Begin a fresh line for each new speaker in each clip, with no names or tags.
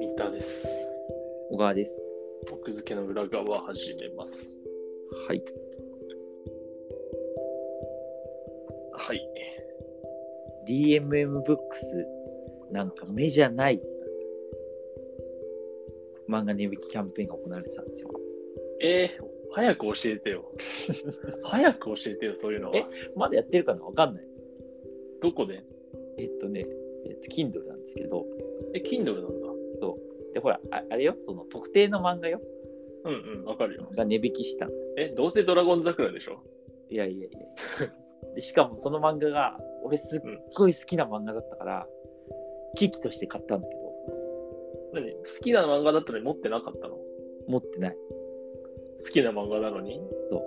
三田です。
小川です。
奥付けの裏側始めます。
はい。
はい。
DMM ブックス、なんか目じゃない漫画値引きキャンペーンが行われてたんですよ。
えー、早く教えて よ。早く教えてよ、そういうのは。
えまだやってるかなわかんない。
どこで
えっとね、えっと、Kindle なんですけど、
え、Kindle なんだ。
で、ほら、ああれよ、その特定の漫画よ、
うんうん、わかるよ。
が値引きしたの。
え、どうせドラゴン桜でしょ
いやいやいや で。しかもその漫画が、俺すっごい好きな漫画だったから、危機として買ったんだけど、
何好きな漫画だったのに持ってなかったの好
持ってない。
きな漫画なのに
そう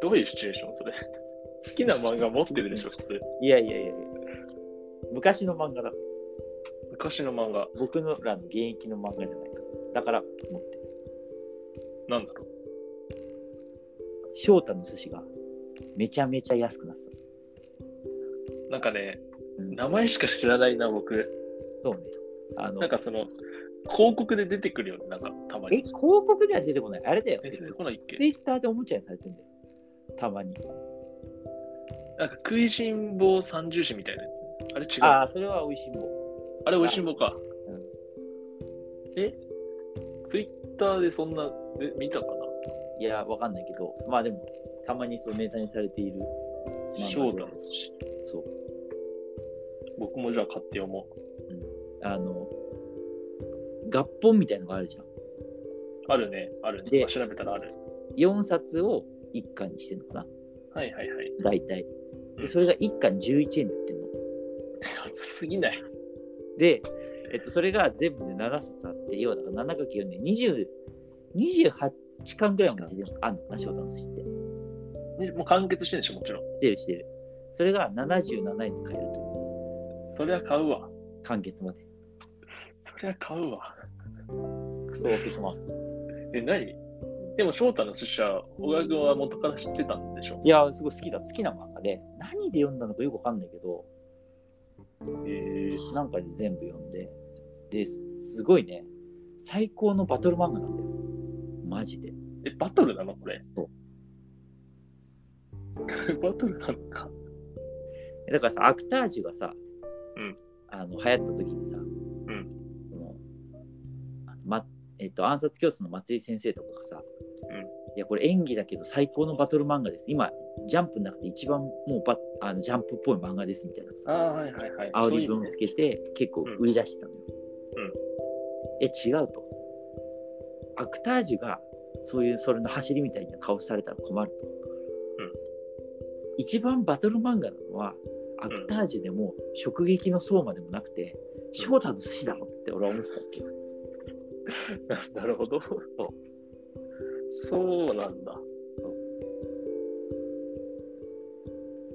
どういうシチュエーション それ。好きな漫画持ってるでしょ、普通。
いやいやいやいや。昔の漫画だった
昔の漫画、
僕のらの現役の漫画じゃないから。だから持ってる。
なんだろう。
翔太の寿司がめちゃめちゃ安くなってた。
なんかね、
うん
名前しか知らないな、僕。
そうね。あの
なんかその、広告で出てくるよね、なんかたま
え、
に。
広告では出てこない。あれだよ。
え、出てこないっけ
ツイッターでおもちゃにされてんだよ。たまに。
なんか食いしん坊三重視みたいなやつ。あれ違う。
あ
あ
あ、それは美味しいもん。
れ美味しん坊か。
うん
えツイッターでそんなで見たか
いや、わかんないけど、まあでも、たまにそうネタにされている。
な翔太の寿司。
そう。
僕もじゃあ買って読もう。
あの、合本みたいのがあるじゃん。
あるね、あるね。
で
あ調べたらある。
4冊を1巻にしてるのかな
はいはいはい。
大体。
うん
で、それが1巻11円で売ってんの。
安すぎない。
で、えっと、それが全部で7冊あって、要はだから 7×4 で20 28巻ぐらいまで出てるあんのかな、翔太の寿司って。
ねもう完結してんでしょ、もちろん。
出るしてる。それが77円で買えると。
そりゃ買うわ。
完結まで。
そりゃ買うわ。
クソオープスマン。
え、何でも翔太の寿司は、小川君は元から知ってたんでしょ。
いやー、すごい好きだ。好きな漫画で、何で読んだのかよくわかんないけど、
えー、
なんかで全部読んで、で、すごいね、最高のバトル漫画なんだよ。マジで。
え、バトルなのこれ。
そう
バトルなのか。
だからさ、アクタージュがさ、
うん
あの流行った時にさ、
ん
そのあのまえっと、暗殺教室の松井先生とかがさ、
うん
いや、これ演技だけど最高のバトル漫画です。今、ジャンプの中で一番もうバあのジャンプっぽい漫画ですみたいな
あ
さ、
あ、はいはいはい。
煽
そういう
り
意
文
味ね
をつけて結構売り出してたのよ。
うん
え、違うと。アクタージュがそういうそれの走りみたいな顔されたら困ると。
ん
一番バトル漫画なのはアクタージュでも直撃の相馬でもなくて、翔太の寿司だろって俺は思ってたっけ。
なるほど。そうなんだ。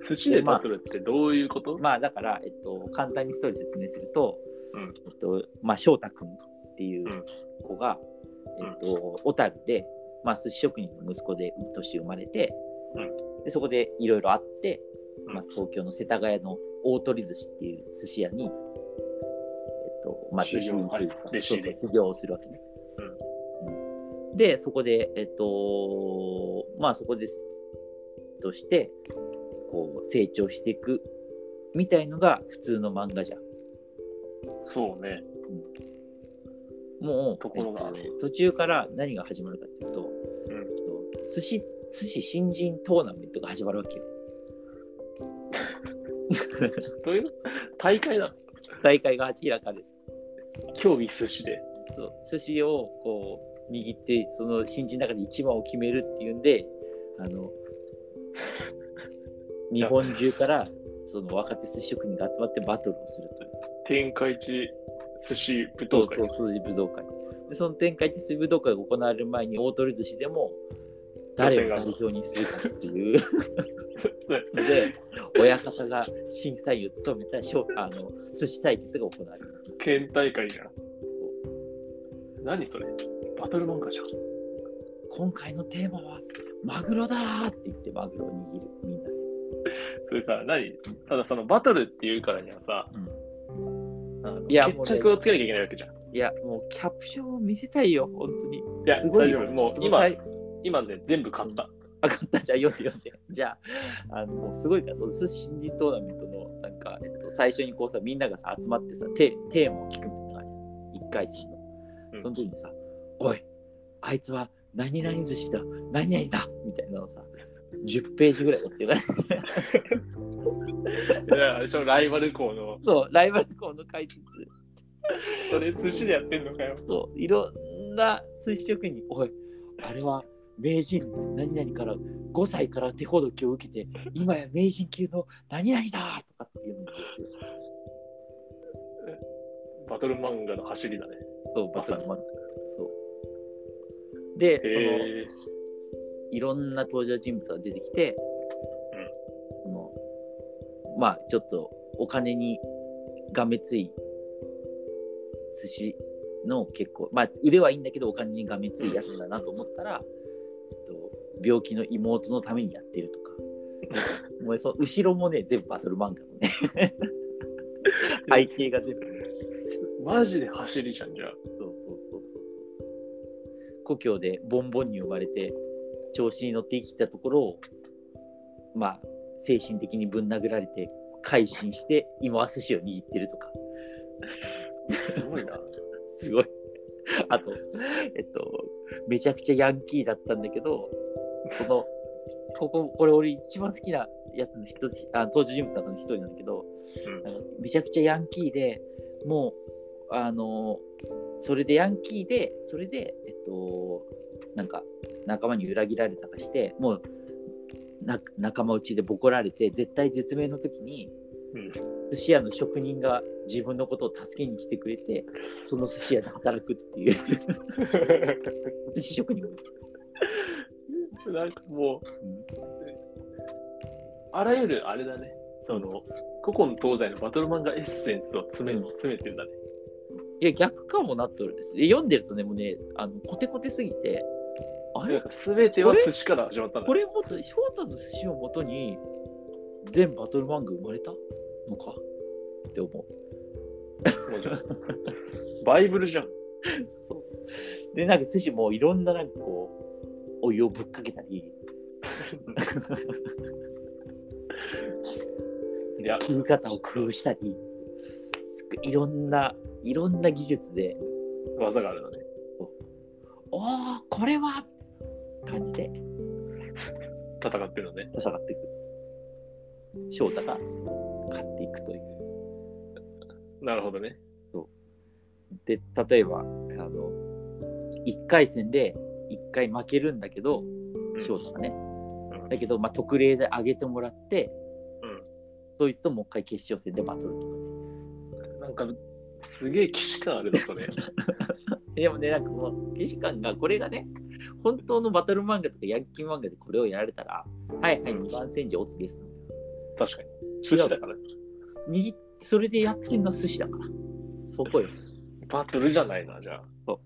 寿司でバトルってどういうこと、
まあだから、えっと、簡単にストーリー説明すると、
うん
えっとまあ、翔太君っていう
うん
子が、
うん
えっと、小樽で、まあ、寿司職人の息子で年生まれて、でそこでいろいろあって、まあ、東京の世田谷の大鳥寿司っていう寿司屋に、えっとまあ、
修行
というか
はい弟
そうそ
子
う
で
修行をするわけね。うんでそこで、えっとまあ、そこですとしてこう成長していくみたいのが普通の漫画じゃん。
そうね。
もう
ところが
えっと途中から何が始まるかっていうと、
うん
えっと寿司寿司新人トーナメントが始まるわけよ。
どういう大会なの
大会が明らかで
競技寿司で。
そう寿司をこう握ってその新人の中で一番を決めるっていうんで あの日本中からその若手寿司職人が集まってバトルをするという
天下一寿司舞
そ
踏
うそう
会。
数字武道会でその展開地水武道会が行われる前に大鳥寿司でも誰を代表にするかっていうので親方が審査員を務めた勝あの寿司対決が行われる
県大会じゃん。何それバトル漫画じゃん。
今回のテーマはマグロだーって言ってマグロを握るみんなで。
それさ、何ただそのバトルっていうからにはさ、
うん
あの
いや
決着をつけなきゃいけないわけじゃん。
いや、もうキャプションを見せたいよ、本当に。い
いや、大丈夫。もう今、
あ、
今ね、全部買った。
分かった、じゃあ読んで読んで。じゃあ、あの、もうすごいから、その新人トーナメントの、なんか、えっと、最初にこうさ、みんながさ、集まってさ、テテーマを聞くみたいな感じ。一回戦の
う。ん
その時にさ、おい、あいつは何々寿司だ、何々だみたいなの をさ、10ページぐらい持ってるか
い
ら。
やあれでしょライバル校の、
そう、ライバル校の解説。
それ寿司でやってんのかよ。
そういろんな水司職員に「おいあれは名人何々から5歳から手ほどきを受けて今や名人級の何々だ!」とかっていうのをずっと
バトル漫画の走りだね。
そう
ま
バ
さ
ト
に
ルマンそうでその
へえ。
いろんな登場人物が出てきて、そのまあちょっとお金にがめつい寿司の結構まあ腕はいいんだけどお金にがめついやつだなと思ったら、えっと、病気の妹のためにやってるとかもうその後ろもね全部バトル漫画のね背景が全部
マジで走りじゃん、じゃあ。
そうそうそうそうそうそう。故郷でボンボンに生まれて調子に乗って生きてたところをまあ精神的にぶん殴られて改心して今は寿司を握ってるとか
すごいな。
すごい。 あとえっとめちゃくちゃヤンキーだったんだけどそのこここれ俺一番好きなやつの一つあ登場人物の中の一人なんだけど、あのめちゃくちゃヤンキーでもうあのそれでヤンキーでそれでえっとなんか仲間に裏切られたかしてもうな仲間内でボコられて絶対絶命の時に、
うん
寿司屋の職人が自分のことを助けに来てくれてその寿司屋で働くっていう 寿司職人もいる
うん。なんかもう、あらゆるあれだね。その、古今東西のバトル漫画エッセンスを詰め、
うん
詰めてんだね。
いや逆かもなってるですで読んでるとねもうねあのコテコテすぎてあれ
なんか全ては寿司から始まったんだ
これも翔太の寿司をもとに全バトル漫画生まれたのかって思う。
もうじゃあバイブルじゃん。
そうでなんか寿司もいろんななんかこうお湯をぶっかけたり。
いや
切り方を工夫したりすごいいろんないろんな技術で
技があるのね。
おおこれは感じで
戦ってるのね。
戦っていく翔太が勝っていくという
なるほどね。
で例えばあの1回戦で1回負けるんだけど
うん
翔太がね、
うん
だけど、まあ、特例で上げてもらって、
うん
そいつともう一回決勝戦でバトルとかね
なんか、すげえ既視感あるな、そ れ。
でもねなんかその既視感がこれがね本当のバトル漫画とかヤンキー漫画でこれをやられたら「はいはい
うん
2番戦時オツです」
確かに。寿司だから。
握っそれでやってんのは寿司だからそこよ
バトルじゃないな、じゃあ。
そ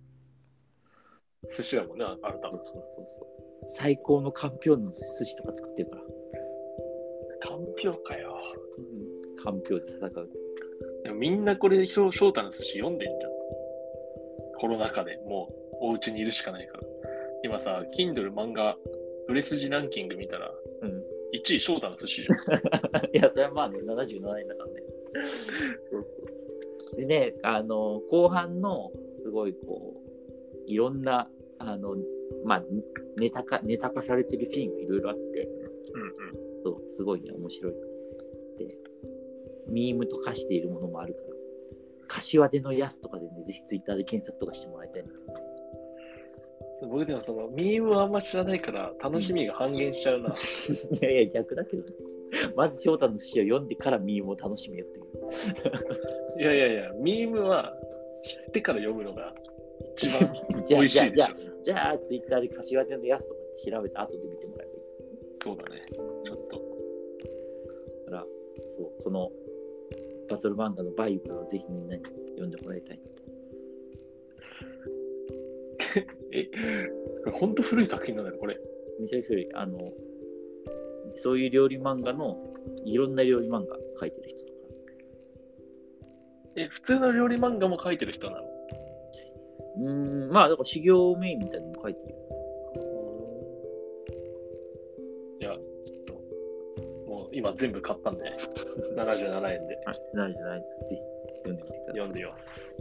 寿司だもんね、ああなた
そう
も。
そうそう最高のかんぴょうの寿司とか作ってるから
かんぴょうかよ。
かんぴょうで戦う
でもみんなこれ、翔翔太の寿司読んでんじゃん。コロナ禍でもう、お家にいるしかないから。今さ、Kindle 漫画、売れ筋ランキング見たら、
うん
1位翔太の寿司じゃん。
いや、それはまあね、77円だからね。そうそうそう。でね、あの、後半の、すごいこう、いろんな、あの、まあ、ネタ化、ネタ化されてるシーンがいろいろあって、
うんうん。
そう、すごいね、面白い。で、ミームと化しているものもあるから、柏でのやすとかでね、ぜひツイッターで検索とかしてもらいたいな
僕でもその、ミームはあんま知らないから、楽しみが半減しちゃうな。
いやいや、逆だけどね。まず翔太の詩を読んでからミームを楽しめよっていう。
いやいやいや、ミームは知ってから読むのが一番
じ
美
ゃあ、
味
じ
し
ゃあ、
いで
じゃ
し
あ
ょ。、
じゃあ、ツイッターで柏手のやつとかって調べた後で見てもらえばいい
そうだね。ちょっと。
から、そう、このバトル漫画のバイブルをぜひみんなに読んでもらいたいなと。
え、これ本当古い作品なんだよ、これ。
めちゃくちゃ、あの、そういう料理漫画のいろんな料理漫画書いてる人とか。
え、普通の料理漫画も書いてる人なの
うーん、まあ、だから修行メインみたいなのも書いてる。
いや、ちょっと、もう今全部買ったんで、77円で
はい、ないじゃない。ぜひ読んでみてください。
読んでみます。